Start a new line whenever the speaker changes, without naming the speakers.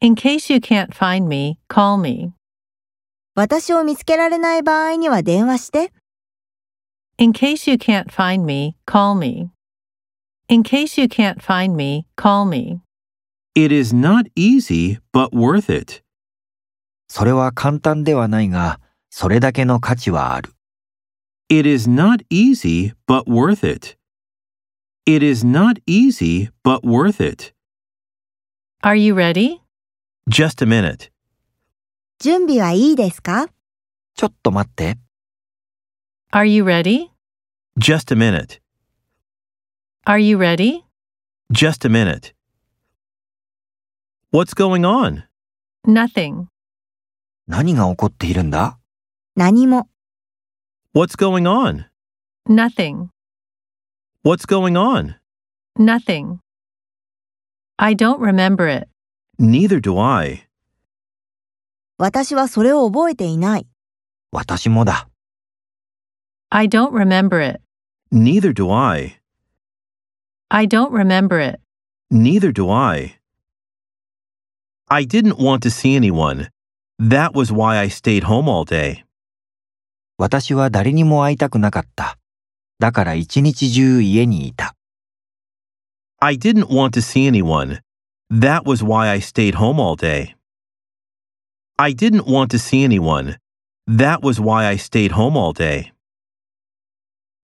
In case you can't find me, call me.
私を見つけられない場合には電話して。
In case you can't find me, call me. In case you can't find me, call me.
It is not easy, but worth it.
それは簡単ではないが、それだけの価値はある。
It is not easy, but worth it. It is not easy, but worth it.
Are you ready?
Just a minute.
準備はいいですか
ちょっと待って。
Are you ready?
Just a minute.
Are you ready?
Just a minute. What's going on?
Nothing.
何が起こっているんだ
何も。
What's going on?
Nothing.
What's going on?
Nothing. I don't remember it.
Neither do I.
私はそれを覚えていない。
私もだ。
I don't remember it.
Neither do I.
I don't remember it.
Neither do I. I didn't want to see anyone. That was why I stayed home all day.
私は誰にも会いたくなかった。だから一日中家にいた。
I didn't want to see anyone. That was why I stayed home all day. I didn't want to see anyone. That was why I stayed home all day.